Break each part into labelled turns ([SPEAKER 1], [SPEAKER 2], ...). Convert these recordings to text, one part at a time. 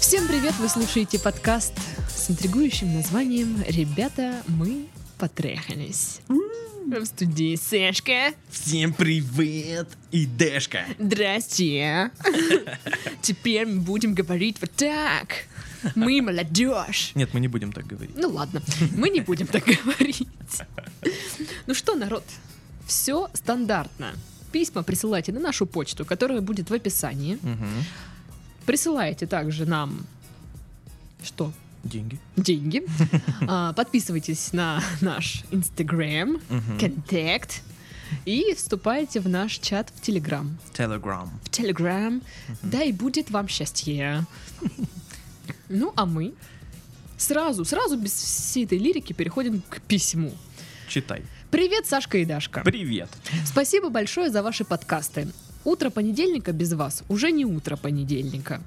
[SPEAKER 1] Всем привет! Вы слушаете подкаст с интригующим названием «Ребята, мы потрахались». В студии Сэшка.
[SPEAKER 2] Всем привет! И Дэшка.
[SPEAKER 1] Здрасте. Теперь мы будем говорить вот так. Мы молодежь.
[SPEAKER 2] Нет, мы не будем так говорить.
[SPEAKER 1] Ну ладно, мы не будем так говорить. Ну что, народ, все стандартно. Письма присылайте на нашу почту, которая будет в описании.
[SPEAKER 2] Мгм.
[SPEAKER 1] Присылайте также нам что?
[SPEAKER 2] Деньги.
[SPEAKER 1] Деньги. А, Подписывайтесь на наш Инстаграм,
[SPEAKER 2] Мгм.
[SPEAKER 1] контакт и вступайте в наш чат в Телеграм.
[SPEAKER 2] Telegram.
[SPEAKER 1] В Телеграм. Да и будет вам счастье. Ну, а мы сразу, сразу без всей этой лирики переходим к письму.
[SPEAKER 2] Читай.
[SPEAKER 1] Привет, Сашка и Дашка.
[SPEAKER 2] Привет.
[SPEAKER 1] Спасибо большое за ваши подкасты. Утро понедельника без вас уже не утро понедельника.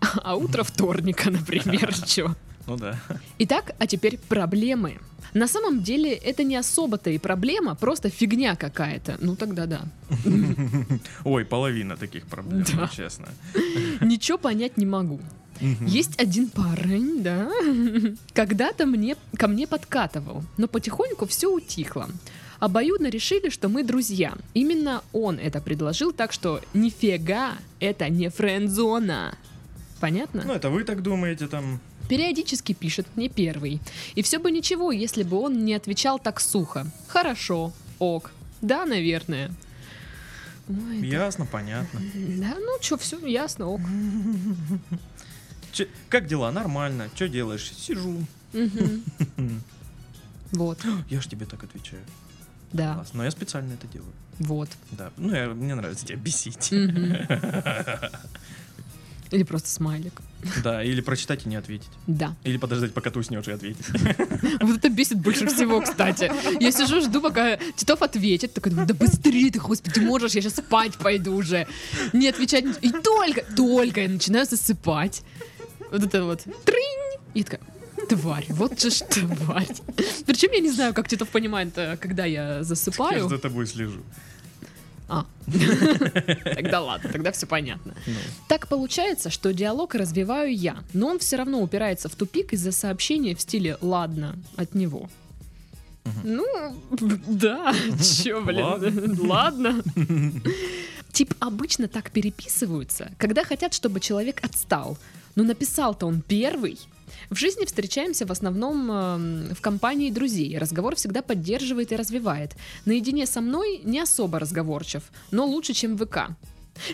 [SPEAKER 1] А утро вторника, например, чё.
[SPEAKER 2] Ну да.
[SPEAKER 1] Итак, а теперь проблемы. На самом деле это не особо-то и проблема, просто фигня какая-то. Ну тогда да.
[SPEAKER 2] Ой, половина таких проблем,
[SPEAKER 1] Да.
[SPEAKER 2] честно.
[SPEAKER 1] Ничего понять не могу.
[SPEAKER 2] Мгм.
[SPEAKER 1] Есть один парень, да, когда-то мне, ко мне подкатывал, но потихоньку все утихло. Обоюдно решили, что мы друзья. Именно он это предложил, так что нифига, это не френдзона. Понятно?
[SPEAKER 2] Ну это вы так думаете там.
[SPEAKER 1] Периодически пишет мне первый. И все бы ничего, если бы он не отвечал так сухо. Хорошо, ок. Да, наверное. Ой,
[SPEAKER 2] Ясно, понятно.
[SPEAKER 1] Да, ну что, все ясно, ок.
[SPEAKER 2] Че- Как дела? Нормально. Че делаешь? Сижу.
[SPEAKER 1] Мгм. Вот,
[SPEAKER 2] Я ж тебе так отвечаю.
[SPEAKER 1] да,
[SPEAKER 2] Класс. Но я специально это делаю.
[SPEAKER 1] вот.
[SPEAKER 2] Да. Ну, я- мне нравится тебя бесить.
[SPEAKER 1] Мгм. Или просто смайлик.
[SPEAKER 2] Да, или прочитать и не ответить.
[SPEAKER 1] Да.
[SPEAKER 2] Или подождать, пока ты уснешь и ответить.
[SPEAKER 1] Вот это бесит больше всего, кстати. Я сижу, жду, пока Титов ответит. Такой, думаю, да быстрее ты, господи, можешь, я сейчас спать пойду уже. Не отвечать. не- И только, только я начинаю засыпать. Вот это вот. Трынь! И я такая, тварь, вот же ж тварь. Причем я не знаю, как Титов понимает, э, когда я
[SPEAKER 2] Я ж за
[SPEAKER 1] засыпаю.
[SPEAKER 2] тобой слежу.
[SPEAKER 1] А. Тогда ладно, тогда все понятно.
[SPEAKER 2] Ну.
[SPEAKER 1] Так получается, что диалог развиваю я, но он все равно упирается в тупик из-за сообщения в стиле «ладно» от него.
[SPEAKER 2] Мгм.
[SPEAKER 1] Ну, да, чё, блин,
[SPEAKER 2] Ладно.
[SPEAKER 1] ладно. Тип обычно так переписываются, когда хотят, чтобы человек отстал. Но написал-то он первый. В жизни встречаемся в основном эм, в компании друзей. Разговор всегда поддерживает и развивает. Наедине со мной не особо разговорчив, но лучше, чем ВК.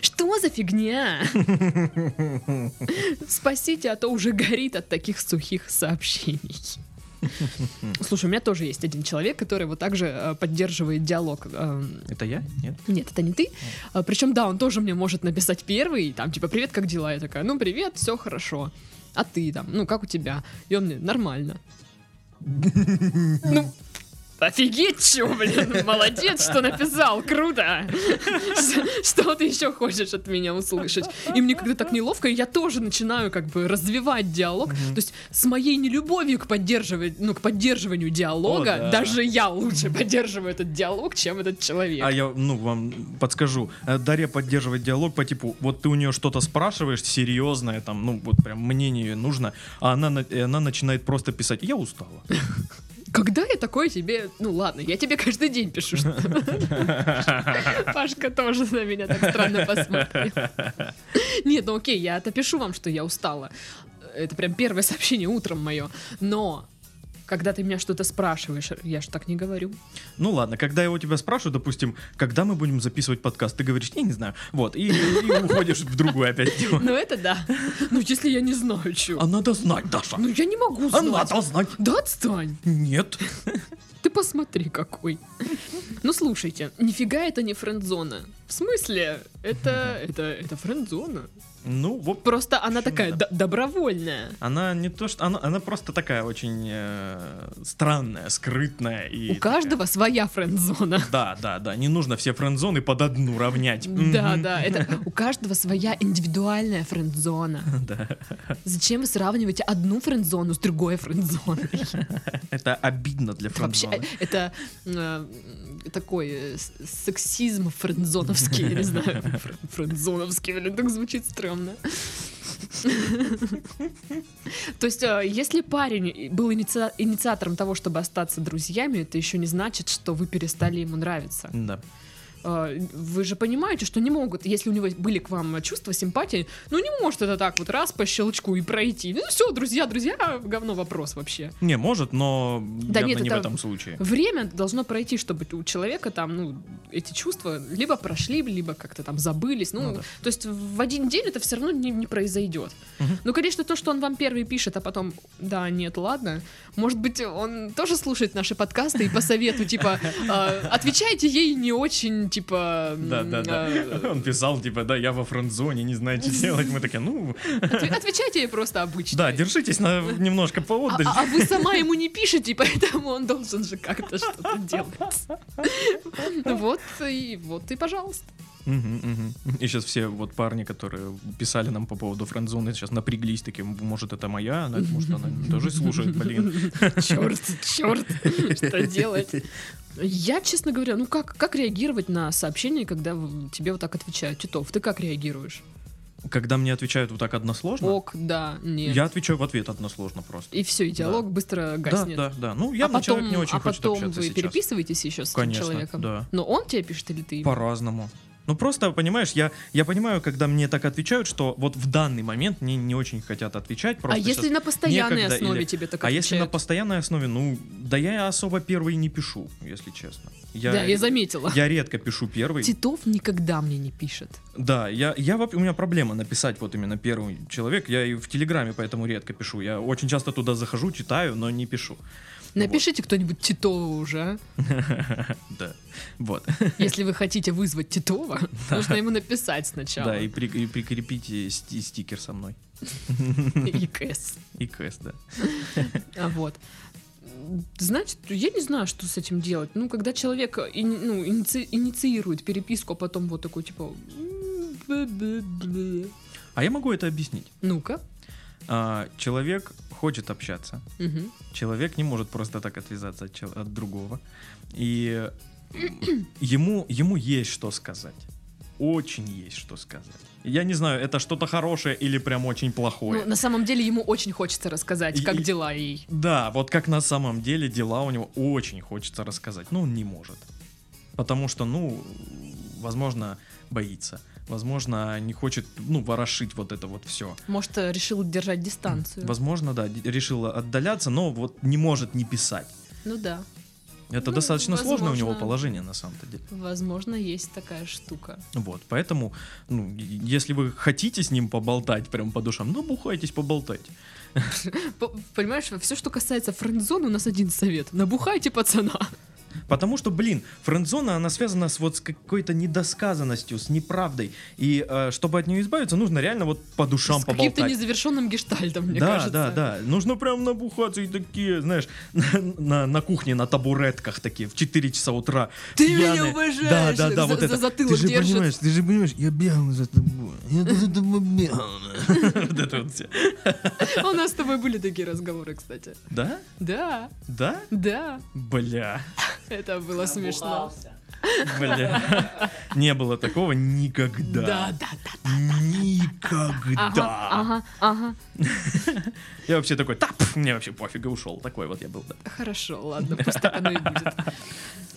[SPEAKER 1] Что за фигня? Спасите, а то уже горит от таких сухих сообщений. Слушай, у меня тоже есть один человек, который вот так же э, поддерживает диалог. эм,
[SPEAKER 2] Это я? Нет?
[SPEAKER 1] нет, это не ты. Причем, да, он тоже мне может написать первый, и там, типа, привет, как дела? Я такая, ну, привет, все хорошо. А ты там, ну, как у тебя? И он мне, нормально. Ну, офигеть, чё, блин, молодец, что написал, круто. Ш- Что ты еще хочешь от меня услышать? И мне когда так неловко, я тоже начинаю как бы развивать диалог. То есть с моей нелюбовью к поддерживанию, ну, к поддерживанию диалога,
[SPEAKER 2] О, да.
[SPEAKER 1] даже я лучше поддерживаю этот диалог, чем этот человек.
[SPEAKER 2] А я, ну, вам подскажу. Э, Дарья поддерживает диалог по типу, вот ты у нее что-то спрашиваешь серьезное, там, ну, вот прям мнение ее нужно, а она, на- и она начинает просто писать, я устала.
[SPEAKER 1] Когда я такое тебе... Ну ладно, я тебе каждый день пишу. что- Пашка тоже на меня так странно посмотрел. Нет, ну окей, я пишу вам, что я устала. Это прям первое сообщение утром мое. Но когда ты меня что-то спрашиваешь, я же так не говорю.
[SPEAKER 2] Ну ладно, когда я у тебя спрашиваю, допустим, когда мы будем записывать подкаст, ты говоришь, я не знаю, вот, и, и уходишь в другую опять тему.
[SPEAKER 1] Ну это да. Ну если я не знаю,
[SPEAKER 2] А
[SPEAKER 1] что.
[SPEAKER 2] надо знать, Даша.
[SPEAKER 1] Ну я не могу
[SPEAKER 2] А
[SPEAKER 1] знать.
[SPEAKER 2] надо знать.
[SPEAKER 1] Да отстань.
[SPEAKER 2] Нет.
[SPEAKER 1] Ты посмотри какой. Ну слушайте, нифига это не френдзона. В смысле? Это, это, это френдзона.
[SPEAKER 2] Ну, вот.
[SPEAKER 1] Просто она
[SPEAKER 2] Почему
[SPEAKER 1] такая д-
[SPEAKER 2] да?
[SPEAKER 1] добровольная.
[SPEAKER 2] Она не то, что... Она, она просто такая очень э, странная, скрытная. И
[SPEAKER 1] У
[SPEAKER 2] такая-
[SPEAKER 1] каждого своя френд-зона.
[SPEAKER 2] Да, да, да. Не нужно все френдзоны под одну равнять. Типа, Мгм.
[SPEAKER 1] Да, да, это у каждого своя индивидуальная френд-зона. Зачем вы сравниваете одну френд-зону с другой френд-зоной?
[SPEAKER 2] Это обидно для
[SPEAKER 1] Вообще,
[SPEAKER 2] френдзоны.
[SPEAKER 1] э, это э, такой э, с- сексизм френдзоновский, я не знаю, фр- френдзоновский, блин, так звучит стрёмно. То есть, э, если парень и- был инициа- инициатором того, чтобы остаться друзьями, это еще не значит, что вы перестали ему нравиться.
[SPEAKER 2] Да.
[SPEAKER 1] Э, Вы же понимаете, что не могут, если у него были к вам чувства симпатии, ну не может это так вот раз по щелчку и пройти. Ну все, друзья, друзья, говно вопрос вообще.
[SPEAKER 2] Не, может, но
[SPEAKER 1] Да
[SPEAKER 2] явно
[SPEAKER 1] нет,
[SPEAKER 2] не в
[SPEAKER 1] это-
[SPEAKER 2] этом случае.
[SPEAKER 1] Время должно пройти, чтобы у человека там, ну, эти чувства либо прошли, либо как-то там забылись. Ну,
[SPEAKER 2] Ну да.
[SPEAKER 1] то есть в один день это все равно не, не произойдет.
[SPEAKER 2] Мгм.
[SPEAKER 1] Ну, конечно, то, что он вам первый пишет, а потом, да, нет, ладно. Может быть, он тоже слушает наши подкасты и по совету, типа, э, отвечайте ей не очень, типа... м,
[SPEAKER 2] Да, да, да.
[SPEAKER 1] э,
[SPEAKER 2] Он писал, типа, да, я во френд-зоне, не знаю, что делать. Мы такие, ну,
[SPEAKER 1] а, отве- Отвечайте ей просто обычно.
[SPEAKER 2] да, держитесь на немножко
[SPEAKER 1] А,
[SPEAKER 2] поодаль.
[SPEAKER 1] а- а вы сама ему не пишете, поэтому он должен же как-то что-то делать. Вот и вот и пожалуйста.
[SPEAKER 2] Мгм, мгм. И сейчас все вот парни, которые писали нам по поводу френд-зоны, сейчас напряглись таким, может, это моя, она, может, она тоже слушает, блин.
[SPEAKER 1] Черт, черт, что делать? Я, честно говоря, ну как, как реагировать на сообщение, когда в- тебе вот так отвечают? Титов, ты как реагируешь?
[SPEAKER 2] Когда мне отвечают вот так односложно,
[SPEAKER 1] Ок, да, нет.
[SPEAKER 2] я отвечаю в ответ односложно просто.
[SPEAKER 1] И все, и диалог быстро
[SPEAKER 2] Да,
[SPEAKER 1] гаснет.
[SPEAKER 2] да, да. Ну,
[SPEAKER 1] а
[SPEAKER 2] явно
[SPEAKER 1] потом,
[SPEAKER 2] человек не очень
[SPEAKER 1] а
[SPEAKER 2] хочет
[SPEAKER 1] потом
[SPEAKER 2] общаться
[SPEAKER 1] вы
[SPEAKER 2] сейчас.
[SPEAKER 1] переписываетесь еще с этим
[SPEAKER 2] Конечно,
[SPEAKER 1] человеком?
[SPEAKER 2] да.
[SPEAKER 1] Но он тебе пишет или ты? ему?
[SPEAKER 2] По-разному. Ну просто, понимаешь, я, я понимаю, когда мне так отвечают, что вот в данный момент мне не очень хотят отвечать.
[SPEAKER 1] а
[SPEAKER 2] Просто
[SPEAKER 1] если
[SPEAKER 2] щас-
[SPEAKER 1] на постоянной
[SPEAKER 2] некогда
[SPEAKER 1] основе
[SPEAKER 2] или-
[SPEAKER 1] тебе так
[SPEAKER 2] а
[SPEAKER 1] отвечают?
[SPEAKER 2] если на постоянной основе, ну, да я особо первый не пишу, если честно. Я,
[SPEAKER 1] Да, я заметила.
[SPEAKER 2] я редко пишу первый.
[SPEAKER 1] Титов никогда мне не пишет.
[SPEAKER 2] Да, я, я, воп- у меня проблема написать вот именно первый человек. Я и в Телеграме поэтому редко пишу. Я очень часто туда захожу, читаю, но не пишу. Ну
[SPEAKER 1] Напишите кто-нибудь Титова уже, а?
[SPEAKER 2] Да, вот.
[SPEAKER 1] если вы хотите вызвать Титова, нужно ему написать сначала.
[SPEAKER 2] Да, и, при- и прикрепите ст- стикер со мной.
[SPEAKER 1] И кс.
[SPEAKER 2] И квест, да.
[SPEAKER 1] А вот. Значит, я не знаю, что с этим делать. Ну, когда человек э, ини- ну, иници- инициирует переписку, а потом вот такой типа. «М, бэ-бэ-бэ».
[SPEAKER 2] А я могу это объяснить.
[SPEAKER 1] Ну-ка.
[SPEAKER 2] А, человек хочет общаться.
[SPEAKER 1] Мгм.
[SPEAKER 2] Человек не может просто так отвязаться от, чел- от другого. И м, ему, ему есть что сказать. Очень есть что сказать. Я не знаю, это что-то хорошее или прям очень плохое.
[SPEAKER 1] Ну, на самом деле ему очень хочется рассказать,
[SPEAKER 2] И-
[SPEAKER 1] как
[SPEAKER 2] и-
[SPEAKER 1] дела ей.
[SPEAKER 2] Да, вот как на самом деле дела у него очень хочется рассказать, но он не может. Потому что, ну, возможно, боится. Возможно, не хочет, ну, ворошить вот это вот все.
[SPEAKER 1] Может, э, решил держать дистанцию.
[SPEAKER 2] Возможно, да, д- решила отдаляться, но вот не может не писать.
[SPEAKER 1] Ну да.
[SPEAKER 2] Это
[SPEAKER 1] Ну,
[SPEAKER 2] достаточно сложное у него
[SPEAKER 1] возможно.
[SPEAKER 2] положение на самом-то деле.
[SPEAKER 1] Возможно, есть такая штука.
[SPEAKER 2] Вот, поэтому, ну, и- если вы хотите с ним поболтать прям по душам, ну, бухайтесь, поболтайте.
[SPEAKER 1] П- Понимаешь, все, что касается френдзоны, у нас один совет. Набухайте пацана.
[SPEAKER 2] Потому что, блин, френдзона, она связана с вот с какой-то недосказанностью, с неправдой. И э, чтобы от нее избавиться, нужно реально вот по душам
[SPEAKER 1] С
[SPEAKER 2] поболтать.
[SPEAKER 1] каким-то незавершенным гештальтом, мне
[SPEAKER 2] да,
[SPEAKER 1] кажется.
[SPEAKER 2] да, да. Нужно прям набухаться и такие, знаешь, на, на- на кухне на табуретках такие в 4 часа утра.
[SPEAKER 1] Ты меня
[SPEAKER 2] пьяные.
[SPEAKER 1] уважаешь!
[SPEAKER 2] Да, да, да,
[SPEAKER 1] За-
[SPEAKER 2] вот
[SPEAKER 1] за
[SPEAKER 2] это.
[SPEAKER 1] затылок
[SPEAKER 2] ты же
[SPEAKER 1] держит.
[SPEAKER 2] понимаешь, ты же понимаешь, я бегал за тобой. Я за тобой бегал. Вот это вот все.
[SPEAKER 1] А У нас с тобой были такие разговоры, кстати.
[SPEAKER 2] Да?
[SPEAKER 1] Да,
[SPEAKER 2] Да?
[SPEAKER 1] да,
[SPEAKER 2] Бля.
[SPEAKER 1] это было смешно.
[SPEAKER 2] Бля. Не было такого никогда.
[SPEAKER 1] Да, да, да.
[SPEAKER 2] Никогда.
[SPEAKER 1] Ага, ага, ага.
[SPEAKER 2] Я вообще такой, так, мне вообще пофиг, и ушел. Такой вот я был, да.
[SPEAKER 1] Хорошо, ладно, пусть так оно и будет.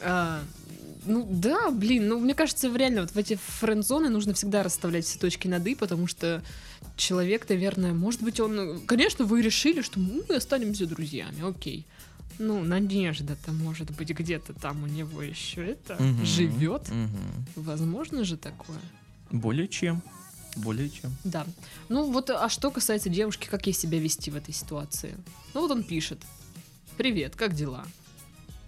[SPEAKER 1] А, Ну да, блин, ну мне кажется, в- реально вот в эти френд-зоны нужно всегда расставлять все точки над «и», потому что человек, наверное, может быть, он... Конечно, вы решили, что мы останемся друзьями, окей. Ну, надежда-то, может быть, где-то там у него еще это
[SPEAKER 2] Мгм.
[SPEAKER 1] живет. Возможно же такое.
[SPEAKER 2] Более чем. Более чем.
[SPEAKER 1] Да. Ну вот, а что касается девушки, как ей себя вести в этой ситуации? Ну вот он пишет. Привет, как дела?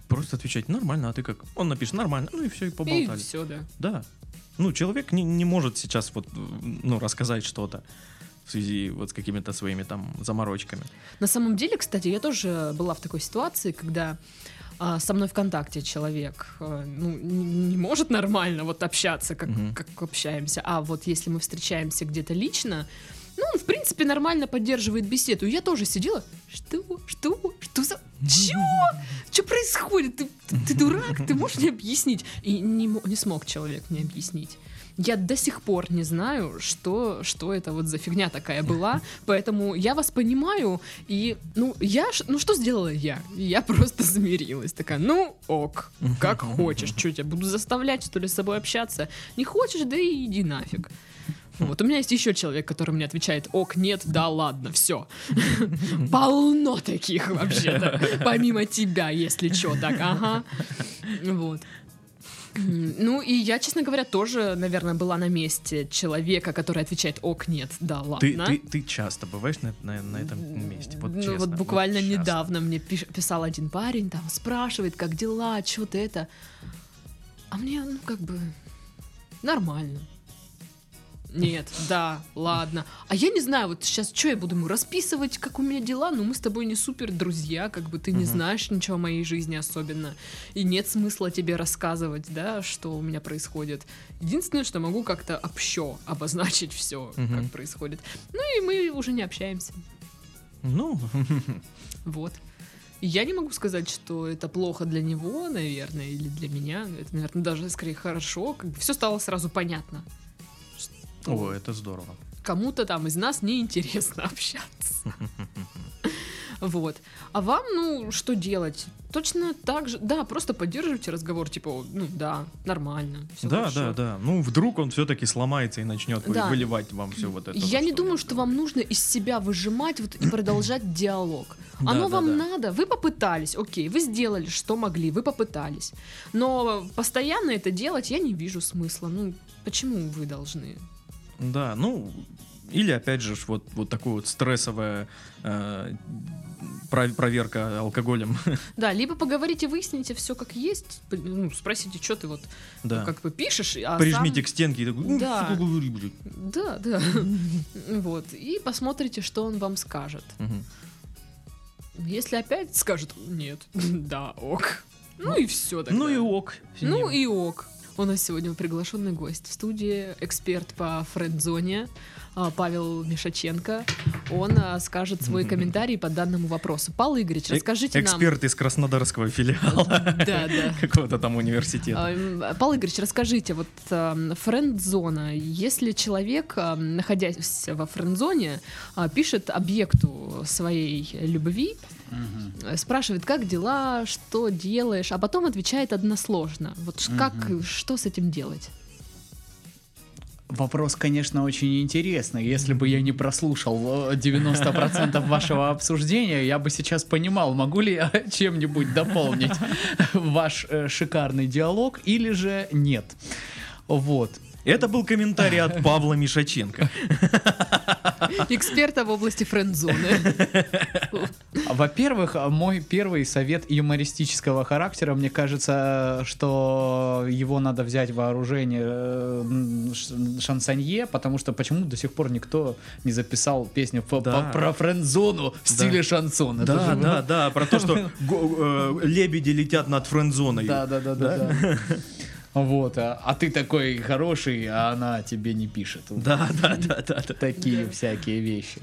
[SPEAKER 2] Просто отвечать нормально, а ты как? Он напишет нормально, ну и все, и
[SPEAKER 1] И
[SPEAKER 2] поболтали.
[SPEAKER 1] все, да.
[SPEAKER 2] Да. Ну, человек не, не может сейчас вот, ну, рассказать что-то в связи вот с какими-то своими там заморочками.
[SPEAKER 1] На самом деле, кстати, я тоже была в такой ситуации, когда а, со мной ВКонтакте человек э, ну, не, не может нормально вот общаться, как,
[SPEAKER 2] Мгм.
[SPEAKER 1] как общаемся, а вот если мы встречаемся где-то лично, ну, он, в принципе, нормально поддерживает беседу. И Я тоже сидела, что, что, что за, чё, что происходит, ты ты, ты дурак, ты можешь мне объяснить? И не, мо- не смог человек мне объяснить. Я до сих пор не знаю, что, что это вот за фигня такая была, поэтому я вас понимаю, и, ну, я, ш- ну, что сделала я? Я просто смирилась, такая, ну, ок, как хочешь, что тебя буду заставлять, что ли, с собой общаться? Не хочешь, да и иди нафиг. Вот, у меня есть еще человек, который мне отвечает, ок, нет, да ладно, все. Полно таких вообще-то, помимо тебя, если что, так, ага. Вот. М, Ну и я, честно говоря, тоже, наверное, была на месте человека, который отвечает «Ок, нет, да, ладно».
[SPEAKER 2] Ты, ты, ты часто бываешь на, на, на этом месте? Вот
[SPEAKER 1] ну
[SPEAKER 2] честно,
[SPEAKER 1] вот буквально
[SPEAKER 2] вот часто.
[SPEAKER 1] недавно мне пиш- писал один парень, там спрашивает, как дела, что ты это. А мне, ну как бы, нормально. Нет, да, ладно. А я не знаю, вот сейчас что я буду ему расписывать, как у меня дела, но мы с тобой не супер друзья, как бы ты не
[SPEAKER 2] Мгм.
[SPEAKER 1] знаешь ничего о моей жизни особенно. И нет смысла тебе рассказывать, да, что у меня происходит. Единственное, что могу как-то общо обозначить все,
[SPEAKER 2] Мгм.
[SPEAKER 1] как происходит. Ну и мы уже не общаемся.
[SPEAKER 2] Ну,
[SPEAKER 1] Вот. И Я не могу сказать, что это плохо для него, наверное, или для меня. Это, наверное, даже скорее хорошо. Как все стало сразу понятно. Что
[SPEAKER 2] о, это здорово.
[SPEAKER 1] Кому-то там из нас неинтересно общаться. Вот. А вам, ну, что делать? Точно так же. Да, просто поддерживайте разговор, типа, ну да, нормально. всё
[SPEAKER 2] да,
[SPEAKER 1] хорошо.
[SPEAKER 2] да, да. Ну, вдруг он все-таки сломается и начнет вы-
[SPEAKER 1] Да.
[SPEAKER 2] выливать вам все вот это.
[SPEAKER 1] Я
[SPEAKER 2] вот,
[SPEAKER 1] не думаю, что вам нужно из себя выжимать вот, и продолжать диалог.
[SPEAKER 2] Да,
[SPEAKER 1] Оно
[SPEAKER 2] да,
[SPEAKER 1] вам
[SPEAKER 2] да.
[SPEAKER 1] надо. Вы попытались, окей, вы сделали, что могли, вы попытались. Но постоянно это делать я не вижу смысла. Ну, почему вы должны?
[SPEAKER 2] Да, ну, или опять же ж вот, вот такое вот стрессовая э, про- проверка алкоголем.
[SPEAKER 1] Да, либо поговорите, выясните все как есть. п- Ну, спросите, что ты вот
[SPEAKER 2] да.
[SPEAKER 1] как бы пишешь, а
[SPEAKER 2] Прижмите
[SPEAKER 1] сам-
[SPEAKER 2] к стенке и такой... «Ну,
[SPEAKER 1] Да.
[SPEAKER 2] сука, говори, блядь».
[SPEAKER 1] Да, да. Вот. И посмотрите, что он вам скажет.
[SPEAKER 2] Мгм.
[SPEAKER 1] Если опять скажет нет, да, ок. Ну и все
[SPEAKER 2] Ну и ок. сидим.
[SPEAKER 1] Ну и ок. У нас сегодня приглашенный гость в студии, эксперт по френдзоне а, Павел Мишаченко. Он а, скажет свой комментарий по данному вопросу. Павел Игоревич,
[SPEAKER 2] Э-
[SPEAKER 1] расскажите нам...
[SPEAKER 2] Эксперт из краснодарского филиала
[SPEAKER 1] Да, да.
[SPEAKER 2] какого-то там университета.
[SPEAKER 1] А, м, Павел Игоревич, расскажите, вот эм, френд-зона, если человек, эм, находясь во френд-зоне, а, пишет объекту своей любви,
[SPEAKER 3] Мгм.
[SPEAKER 1] э, спрашивает, как дела, что делаешь, а потом отвечает односложно. Вот ш- как,
[SPEAKER 3] Мгм.
[SPEAKER 1] что с этим делать?
[SPEAKER 3] Вопрос, конечно, очень интересный. Если бы я не прослушал э, 90% вашего обсуждения, я бы сейчас понимал, могу ли я чем-нибудь дополнить ваш э, шикарный диалог или же нет. Вот.
[SPEAKER 2] Это был комментарий от Павла Мишаченко.
[SPEAKER 1] Эксперта в области френд-зоны.
[SPEAKER 3] Во-первых, мой первый совет юмористического характера, мне кажется, что его надо взять в вооружение э, м, ш- шансонье, потому что почему до сих пор никто не записал песню по-
[SPEAKER 2] Да.
[SPEAKER 3] по- про френдзону в стиле шансон? Это
[SPEAKER 2] Да,
[SPEAKER 3] же-
[SPEAKER 2] да, да, про то, что го- э, лебеди летят над френдзоной.
[SPEAKER 3] Да, да, да, да. да. Вот, а, а ты такой хороший, а она тебе не пишет.
[SPEAKER 2] Да, да, да, да, да.
[SPEAKER 3] Такие
[SPEAKER 1] Да.
[SPEAKER 3] всякие вещи.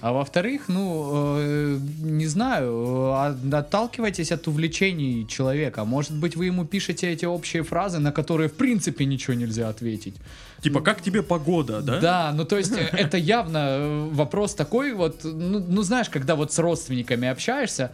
[SPEAKER 3] А во-вторых, ну, э, не знаю, э, отталкивайтесь от увлечений человека. Может быть, вы ему пишете эти общие фразы, на которые, в принципе, ничего нельзя ответить.
[SPEAKER 2] Типа, как тебе погода, да?
[SPEAKER 3] Да, ну то есть э, это явно э, вопрос такой вот, ну, ну, знаешь, когда вот с родственниками общаешься,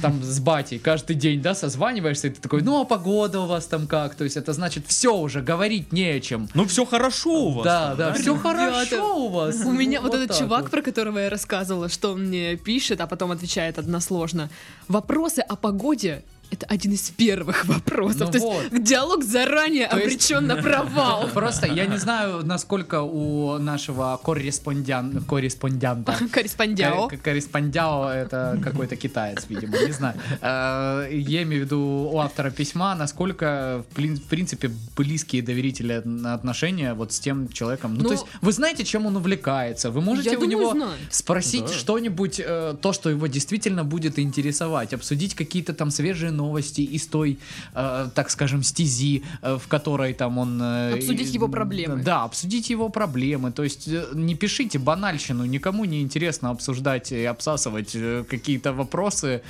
[SPEAKER 3] там с батей каждый день, да, созваниваешься, и ты такой, ну а погода у вас там как? То есть это значит все уже, говорить не о чем.
[SPEAKER 2] Ну все хорошо у вас.
[SPEAKER 3] Да,
[SPEAKER 2] там,
[SPEAKER 3] да, все
[SPEAKER 1] Ребята,
[SPEAKER 3] хорошо у вас.
[SPEAKER 1] У меня вот этот
[SPEAKER 3] так
[SPEAKER 1] чувак,
[SPEAKER 3] вот.
[SPEAKER 1] про которого я рассказывала, что он мне пишет, а потом отвечает односложно. Вопросы о погоде это один из первых вопросов. То
[SPEAKER 3] Ну вот.
[SPEAKER 1] есть диалог заранее
[SPEAKER 3] То есть-
[SPEAKER 1] обречен на провал.
[SPEAKER 3] Просто я не знаю, насколько у нашего корреспондян- корреспондента
[SPEAKER 1] Корреспондяо.
[SPEAKER 3] Кор- Корреспондяо это какой-то китаец, видимо, не знаю. Э, Я имею в виду у автора письма, насколько, в плин- в принципе, близкие доверители отношения вот с тем человеком. Ну,
[SPEAKER 1] Ну,
[SPEAKER 3] то есть, вы знаете, чем он увлекается? Вы
[SPEAKER 1] Я
[SPEAKER 3] можете у
[SPEAKER 1] думаю,
[SPEAKER 3] него
[SPEAKER 1] знаю.
[SPEAKER 3] спросить
[SPEAKER 2] Да.
[SPEAKER 3] что-нибудь, э, то, что его действительно будет интересовать, обсудить какие-то там свежие новости из той, э, так скажем, стези, э, в которой там он... э,
[SPEAKER 1] Обсудить
[SPEAKER 3] и-
[SPEAKER 1] его проблемы.
[SPEAKER 3] Да, обсудить его проблемы. То есть э, не пишите банальщину, никому не интересно обсуждать и обсасывать э, какие-то вопросы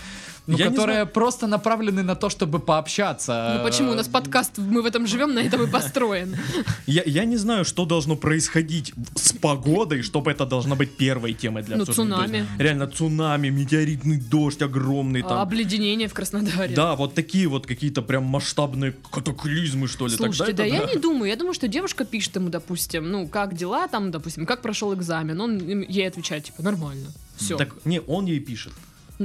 [SPEAKER 3] Ну,
[SPEAKER 2] Я не
[SPEAKER 3] которые просто направлены на то, чтобы пообщаться.
[SPEAKER 1] Ну почему?
[SPEAKER 3] э,
[SPEAKER 1] У нас подкаст, мы в этом живем, на этом и построен.
[SPEAKER 2] Я, я не знаю, что должно происходить в- с погодой, чтобы это должно быть первой темой для
[SPEAKER 1] Ну,
[SPEAKER 2] обсуждения. То есть,
[SPEAKER 1] цунами.
[SPEAKER 2] реально, цунами, метеоритный дождь огромный
[SPEAKER 1] А,
[SPEAKER 2] там.
[SPEAKER 1] Обледенение в Краснодаре.
[SPEAKER 2] Да, вот такие вот какие-то прям масштабные катаклизмы, что ли.
[SPEAKER 1] Слушайте,
[SPEAKER 2] Тогда
[SPEAKER 1] да
[SPEAKER 2] это
[SPEAKER 1] я не думаю, я думаю, что девушка пишет ему, допустим, ну, как дела там, допустим, как прошел экзамен, он им- ей отвечает, типа, нормально, все.
[SPEAKER 2] Так, не, он ей пишет.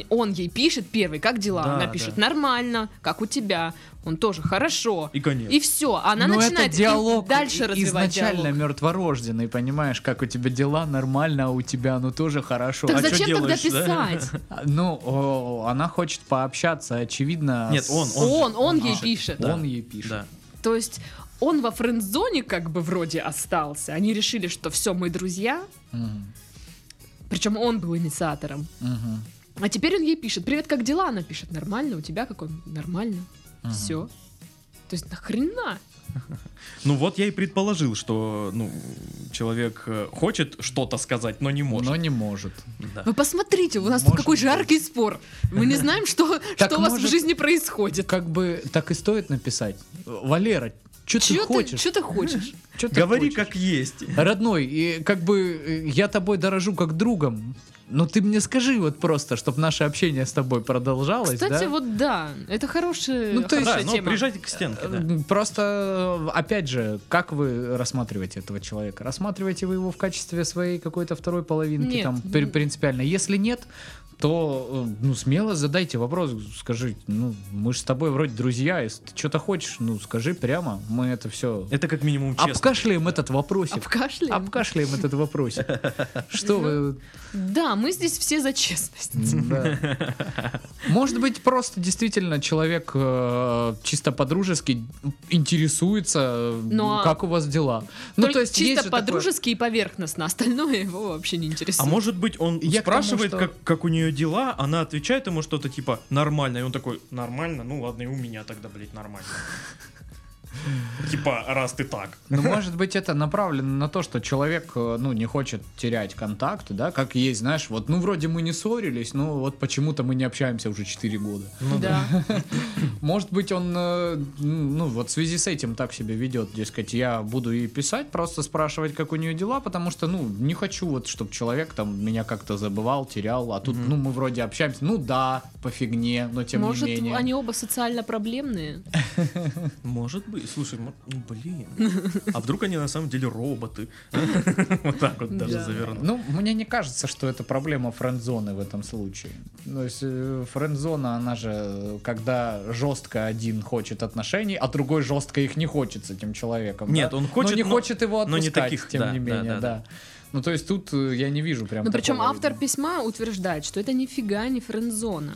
[SPEAKER 1] Он ей пишет первый, как дела,
[SPEAKER 2] Да,
[SPEAKER 1] она
[SPEAKER 2] да.
[SPEAKER 1] пишет, нормально, как у тебя, он тоже, хорошо,
[SPEAKER 2] И конец.
[SPEAKER 1] и все, она
[SPEAKER 2] Ну,
[SPEAKER 3] Но
[SPEAKER 1] начинает
[SPEAKER 3] Э, ну, это
[SPEAKER 1] и
[SPEAKER 3] диалог
[SPEAKER 1] дальше развивать
[SPEAKER 3] изначально
[SPEAKER 1] диалог.
[SPEAKER 3] мертворожденный, понимаешь, как у тебя дела нормально, а у тебя ну тоже хорошо.
[SPEAKER 1] Так
[SPEAKER 2] А чё
[SPEAKER 1] зачем тогда
[SPEAKER 2] делаешь, да?
[SPEAKER 1] писать?
[SPEAKER 3] А, Ну, о, она хочет пообщаться, очевидно.
[SPEAKER 2] Нет,
[SPEAKER 3] с-
[SPEAKER 2] он, он.
[SPEAKER 1] Он, он ей
[SPEAKER 2] пишет.
[SPEAKER 1] пишет.
[SPEAKER 2] Да.
[SPEAKER 3] Он ей пишет.
[SPEAKER 2] Да.
[SPEAKER 1] То есть он во френдзоне как бы вроде остался. Они решили, что все, мы друзья.
[SPEAKER 3] Мгм.
[SPEAKER 1] Причем он был инициатором.
[SPEAKER 3] Мгм.
[SPEAKER 1] А теперь он ей пишет. Привет, как дела? Она пишет. Нормально, у тебя как он? Нормально.
[SPEAKER 3] Мгм.
[SPEAKER 1] Все. То есть нахрена?
[SPEAKER 2] Ну вот я и предположил, что ну, человек э, хочет что-то сказать, но не может.
[SPEAKER 3] Но не может.
[SPEAKER 2] Да.
[SPEAKER 1] Вы посмотрите, у нас
[SPEAKER 3] Может
[SPEAKER 1] какой
[SPEAKER 3] быть.
[SPEAKER 1] жаркий спор. Мы не знаем, что,
[SPEAKER 3] Так
[SPEAKER 1] что у вас в
[SPEAKER 3] может-
[SPEAKER 1] жизни происходит.
[SPEAKER 3] Как бы так и стоит написать. Валера, что ты
[SPEAKER 1] Чё ты,
[SPEAKER 3] хочешь?
[SPEAKER 1] чё ты хочешь?
[SPEAKER 3] Чё ты
[SPEAKER 2] Говори
[SPEAKER 3] хочешь?
[SPEAKER 2] как есть.
[SPEAKER 3] Родной, и как бы э, я тобой дорожу как другом. Но ты мне скажи вот просто, чтобы наше общение с тобой продолжалось,
[SPEAKER 1] Кстати,
[SPEAKER 3] да?
[SPEAKER 1] вот да, это хорошая,
[SPEAKER 3] Ну, то есть-
[SPEAKER 2] Да,
[SPEAKER 1] хорошая
[SPEAKER 2] ну
[SPEAKER 1] тема.
[SPEAKER 2] прижать к стенке, да.
[SPEAKER 3] Э, Просто, э, опять же, как вы рассматриваете этого человека? Рассматриваете вы его в качестве своей какой-то второй половинки,
[SPEAKER 1] Нет.
[SPEAKER 3] там, пер- принципиально? Если нет, то, э, ну, смело задайте вопрос, скажи, ну, мы же с тобой вроде друзья, если ты что-то хочешь, ну, скажи прямо, мы это все...
[SPEAKER 2] Это как минимум честно.
[SPEAKER 3] Обкашляем этот вопросик.
[SPEAKER 1] Обкашляем?
[SPEAKER 3] Обкашляем этот вопросик. Что вы
[SPEAKER 1] Да, мы здесь все за честность.
[SPEAKER 3] Ну, да. Может быть, просто действительно человек э, чисто по-дружески интересуется, э,
[SPEAKER 1] Ну, а-
[SPEAKER 3] как у вас дела. Ну,
[SPEAKER 1] Только чисто
[SPEAKER 3] же такое-
[SPEAKER 1] по-дружески и поверхностно, остальное его вообще не
[SPEAKER 2] А
[SPEAKER 1] интересует.
[SPEAKER 2] может быть, он
[SPEAKER 3] Я к тому,
[SPEAKER 2] спрашивает,
[SPEAKER 3] что-
[SPEAKER 2] как, как у нее дела, она отвечает ему что-то типа нормально, и он такой, нормально, ну ладно, и у меня тогда, блядь, нормально. Типа, раз ты так.
[SPEAKER 3] Ну, может быть, это направлено на то, что человек, э, ну, не хочет терять контакты, да, как есть, знаешь, вот, ну, вроде мы не ссорились, но вот почему-то мы не общаемся уже 4 года.
[SPEAKER 1] да.
[SPEAKER 3] ну, Может быть, он, э, ну, вот в связи с этим так себя ведет, дескать, я буду ей писать, просто спрашивать, как у нее дела, потому что, ну, не хочу вот, чтобы человек там меня как-то забывал, терял, а тут, ну, мы вроде общаемся, ну, да, по фигне, но тем
[SPEAKER 1] Может,
[SPEAKER 3] не менее.
[SPEAKER 1] они оба социально проблемные?
[SPEAKER 2] Может быть, слушай, мо- ну, блин. А вдруг они на самом деле роботы? Вот так вот даже
[SPEAKER 1] Да.
[SPEAKER 2] завернут.
[SPEAKER 3] Ну, мне не кажется, что это проблема френдзоны в этом случае. То есть э, френдзона, она же, э, когда жестко один хочет отношений, а другой жестко их не хочет с этим человеком.
[SPEAKER 2] Нет,
[SPEAKER 3] да?
[SPEAKER 2] он хочет,
[SPEAKER 3] но не
[SPEAKER 2] но-
[SPEAKER 3] хочет его
[SPEAKER 2] но не
[SPEAKER 3] отпускать,
[SPEAKER 2] таких,
[SPEAKER 3] тем
[SPEAKER 2] да,
[SPEAKER 3] не
[SPEAKER 2] да,
[SPEAKER 3] менее, да,
[SPEAKER 2] да, да.
[SPEAKER 3] Ну, то есть тут э, я не вижу прям
[SPEAKER 1] Ну, причем
[SPEAKER 3] такого,
[SPEAKER 1] автор
[SPEAKER 3] да.
[SPEAKER 1] письма утверждает, что это нифига не френдзона.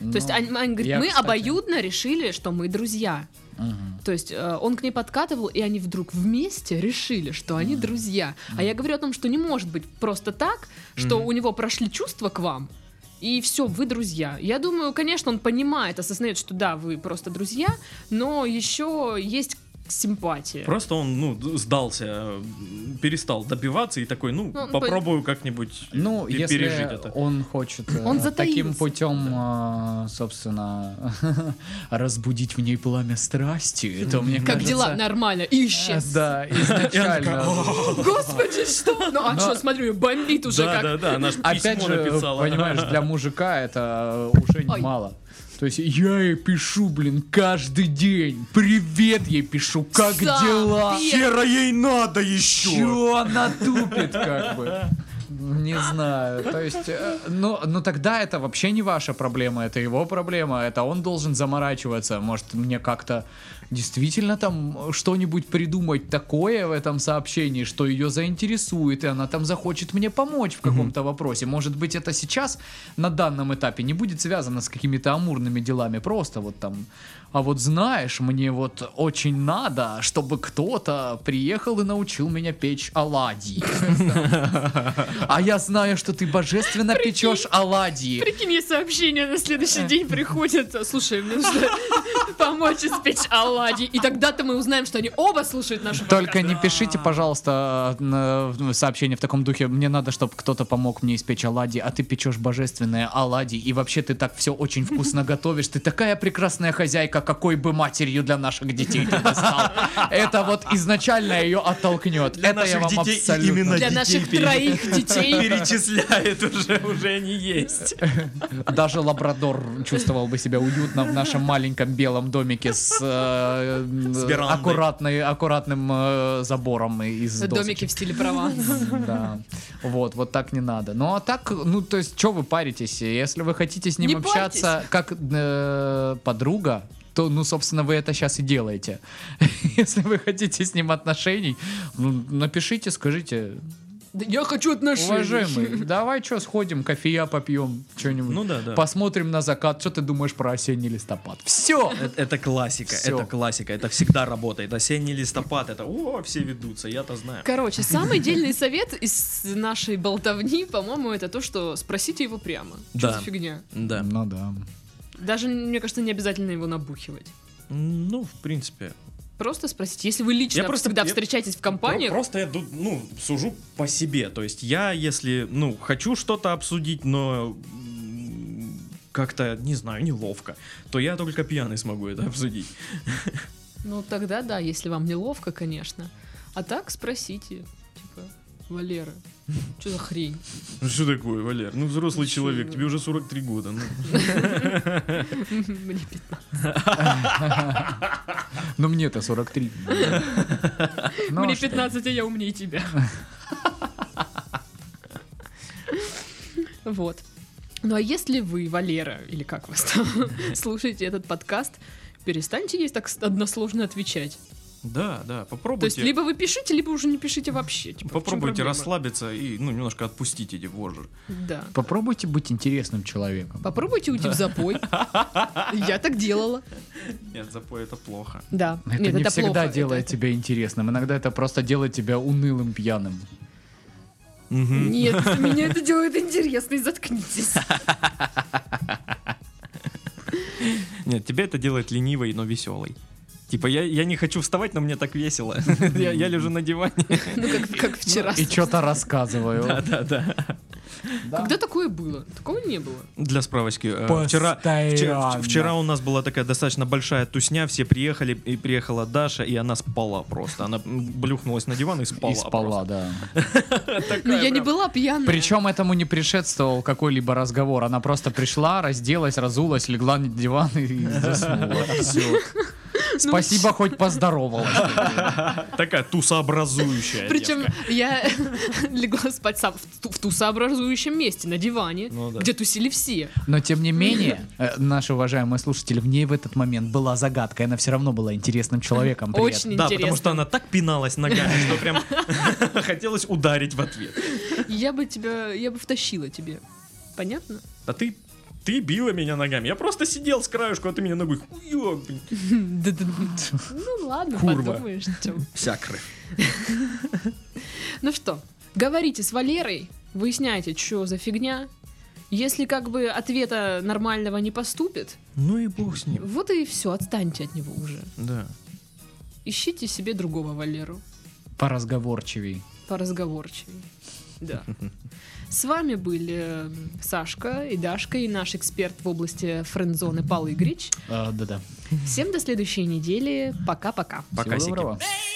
[SPEAKER 3] Ну,
[SPEAKER 1] То есть они, они говорят,
[SPEAKER 3] я,
[SPEAKER 1] мы
[SPEAKER 3] кстати-
[SPEAKER 1] обоюдно решили, что мы друзья.
[SPEAKER 3] мгм.
[SPEAKER 1] То есть э, он к ней подкатывал, и они вдруг вместе решили, что они друзья. А я говорю о том, что не может быть просто так, что
[SPEAKER 2] Мгм.
[SPEAKER 1] у него прошли чувства к вам, и все, вы друзья. Я думаю, конечно, он понимает, осознает, что да, вы просто друзья, но еще есть симпатия.
[SPEAKER 2] Просто он, ну, д- сдался, э, перестал добиваться и такой, ну,
[SPEAKER 1] Ну,
[SPEAKER 2] попробую как-нибудь э,
[SPEAKER 3] Ну,
[SPEAKER 2] пе-
[SPEAKER 3] если
[SPEAKER 2] пережить это.
[SPEAKER 3] он хочет э,
[SPEAKER 1] Он
[SPEAKER 3] таким
[SPEAKER 1] затаился.
[SPEAKER 3] путем, э, собственно, разбудить в ней пламя страсти, то мне
[SPEAKER 1] Как
[SPEAKER 3] кажется...
[SPEAKER 1] дела? Нормально. И
[SPEAKER 3] Э,
[SPEAKER 1] исчез.
[SPEAKER 3] Да, изначально.
[SPEAKER 1] Господи, что? Ну а что, смотрю, ее бомбит уже
[SPEAKER 2] Да,
[SPEAKER 1] как.
[SPEAKER 2] да, да, она ж
[SPEAKER 3] Опять
[SPEAKER 2] письмо
[SPEAKER 3] же,
[SPEAKER 2] написала.
[SPEAKER 3] понимаешь, для мужика это э, уже
[SPEAKER 1] Ой.
[SPEAKER 3] немало. То есть я ей пишу, блин, каждый день. Привет ей пишу, как
[SPEAKER 1] Сам
[SPEAKER 3] дела?
[SPEAKER 1] пи***.
[SPEAKER 2] Хера ей надо
[SPEAKER 3] Чё она тупит, как бы? Не знаю. То есть, э, ну, ну тогда это вообще не ваша проблема, это его проблема, это он должен заморачиваться. Может, мне как-то действительно там что-нибудь придумать такое в этом сообщении, что ее заинтересует, и она там захочет мне помочь в каком-то вопросе. Может быть, это сейчас на данном этапе не будет связано с какими-то амурными делами, просто вот там. А вот знаешь, мне вот очень надо, чтобы кто-то приехал и научил меня печь оладьи. А я знаю, что ты божественно печешь оладьи.
[SPEAKER 1] Прикинь, мне сообщение на следующий день приходит. Слушай, мне нужно помочь испечь оладьи. И тогда-то мы узнаем, что они оба слушают нашу
[SPEAKER 3] Только не пишите, пожалуйста, э, на- в- сообщение в таком духе. Мне надо, чтобы кто-то помог мне испечь оладьи, а ты печешь божественные оладьи. И вообще ты так все очень вкусно готовишь. Ты такая прекрасная хозяйка, какой бы матерью для наших детей ты бы стала. Это вот изначально ее оттолкнет.
[SPEAKER 2] Для
[SPEAKER 3] Это я
[SPEAKER 2] наших
[SPEAKER 3] вам
[SPEAKER 2] детей и
[SPEAKER 3] абсолютно...
[SPEAKER 2] именно
[SPEAKER 1] Для
[SPEAKER 2] детей
[SPEAKER 1] наших
[SPEAKER 2] пере-
[SPEAKER 1] троих детей.
[SPEAKER 2] Перечисляет уже, уже не есть.
[SPEAKER 3] Даже лабрадор чувствовал бы себя уютно в нашем маленьком белом домике с, э,
[SPEAKER 2] С верандой.
[SPEAKER 3] аккуратной, аккуратным э, забором из
[SPEAKER 1] Домики
[SPEAKER 3] досочек.
[SPEAKER 1] в стиле Прованс.
[SPEAKER 3] Да. Вот, вот так не надо. Ну а так, ну то есть, что вы паритесь? Если вы хотите с ним
[SPEAKER 1] Не
[SPEAKER 3] общаться как э, подруга, то, ну, собственно, вы это сейчас и делаете. Если вы хотите с ним отношений, ну, напишите, скажите,
[SPEAKER 1] Да Я хочу отношений.
[SPEAKER 3] уважаемый, давай что, сходим, кофея попьем, что-нибудь.
[SPEAKER 2] Ну да, да.
[SPEAKER 3] Посмотрим на закат, что ты думаешь про осенний листопад. Все!
[SPEAKER 2] Э- Это классика,
[SPEAKER 3] Всё.
[SPEAKER 2] это классика, это всегда работает. Осенний листопад, это о, все ведутся, я-то знаю.
[SPEAKER 1] Короче, самый дельный совет из нашей болтовни, по-моему, это то, что спросите его прямо. Что
[SPEAKER 2] Да.
[SPEAKER 1] за фигня?
[SPEAKER 2] Да.
[SPEAKER 3] Ну да.
[SPEAKER 1] Даже, мне кажется, не обязательно его набухивать.
[SPEAKER 2] М, Ну, в принципе.
[SPEAKER 1] Просто спросите. Если вы лично
[SPEAKER 2] Я просто-
[SPEAKER 1] всегда
[SPEAKER 2] я-
[SPEAKER 1] встречаетесь в
[SPEAKER 2] Про-
[SPEAKER 1] компаниях,
[SPEAKER 2] Просто я, ду- ну, сужу по себе. То есть я, если, ну, хочу что-то обсудить, но м, как-то, не знаю, неловко, то я только пьяный смогу это обсудить.
[SPEAKER 1] ну тогда да, если вам неловко, конечно. А так спросите. Типа, Валера, что за хрень?
[SPEAKER 2] Ну, что такое, Валер? Ну, взрослый человек, тебе уже 43 года. ну.
[SPEAKER 1] Мне 15.
[SPEAKER 3] Но мне-то 43. Ну, а
[SPEAKER 1] Мне
[SPEAKER 3] что?
[SPEAKER 1] 15, а я умнее тебя. Вот. Ну а если вы, Валера, или как вас там, слушаете этот подкаст, перестаньте есть так с- односложно отвечать.
[SPEAKER 2] Да, да,
[SPEAKER 1] То есть
[SPEAKER 2] попробуйте.
[SPEAKER 1] либо вы пишите, либо уже не пишите вообще. Типа, в чем
[SPEAKER 2] Попробуйте
[SPEAKER 1] проблема?
[SPEAKER 2] расслабиться и, ну, немножко отпустить эти вожжи.
[SPEAKER 1] Да.
[SPEAKER 3] Попробуйте быть интересным человеком.
[SPEAKER 1] Попробуйте уйти в запой. Я так делала.
[SPEAKER 2] Нет, запой это плохо.
[SPEAKER 1] Да.
[SPEAKER 3] Это
[SPEAKER 1] Нет,
[SPEAKER 3] не всегда
[SPEAKER 1] плохо.
[SPEAKER 3] делает
[SPEAKER 1] Это-
[SPEAKER 3] тебя интересным. Иногда это просто делает тебя унылым пьяным.
[SPEAKER 1] Нет, меня это делает интересно, и заткнитесь.
[SPEAKER 2] Нет, тебя это делает ленивой, но веселой. Типа, я, я не хочу вставать, но мне так весело. Я, я лежу на диване.
[SPEAKER 1] Ну, как, как вчера.
[SPEAKER 3] И что-то рассказываю.
[SPEAKER 2] Да, да.
[SPEAKER 1] Когда такое было? Такого не было.
[SPEAKER 2] Для справочки. э, Вчера, вчера,
[SPEAKER 3] Постоянно.
[SPEAKER 2] вчера у нас была такая достаточно большая тусня, все приехали, и приехала Даша, и она спала просто. Она м, блюхнулась на диван и спала.
[SPEAKER 3] И спала, да.
[SPEAKER 2] просто.
[SPEAKER 1] Но
[SPEAKER 2] Такая
[SPEAKER 1] Ну, я не
[SPEAKER 2] прям.
[SPEAKER 1] была пьяная.
[SPEAKER 3] Причем этому не предшествовал какой-либо разговор. Она просто пришла, разделась, разулась, легла на диван и заснула. Всё.
[SPEAKER 1] Ну,
[SPEAKER 3] Спасибо, хоть поздоровалась.
[SPEAKER 2] Такая тусообразующая.
[SPEAKER 1] Причем
[SPEAKER 2] девка.
[SPEAKER 1] я легла спать сам в, ту- в тусообразующем месте, на диване,
[SPEAKER 2] Ну да.
[SPEAKER 1] где тусили все.
[SPEAKER 3] Но тем не менее, э, наши уважаемые слушатели, в ней в этот момент была загадка. и Она все равно была интересным человеком. при этом.
[SPEAKER 1] Очень
[SPEAKER 2] Да, потому что
[SPEAKER 1] интересно.
[SPEAKER 2] она так пиналась ногами, что прям хотелось ударить в ответ.
[SPEAKER 1] Я бы тебя, я бы втащила тебе. Понятно?
[SPEAKER 2] Да ты, ты била меня ногами. Я просто сидел с краюшку, а ты меня ногой. хуёк, блин.
[SPEAKER 1] Ну ладно,
[SPEAKER 3] Курва.
[SPEAKER 1] подумаешь. чё.
[SPEAKER 2] Вся кровь.
[SPEAKER 1] Ну что, говорите с Валерой, выясняйте, что за фигня. Если как бы ответа нормального не поступит,
[SPEAKER 2] Ну и бог с ним.
[SPEAKER 1] вот и все, отстаньте от него уже.
[SPEAKER 2] Да.
[SPEAKER 1] Ищите себе другого Валеру,
[SPEAKER 3] Поразговорчивей.
[SPEAKER 1] поразговорчивее. Да. С вами были э, Сашка и Дашка и наш эксперт в области френдзоны Пал Игрич.
[SPEAKER 3] Э, Да-да.
[SPEAKER 1] Всем до следующей недели. Пока-пока.
[SPEAKER 2] Пока,
[SPEAKER 3] Всего доброго.
[SPEAKER 4] Baby,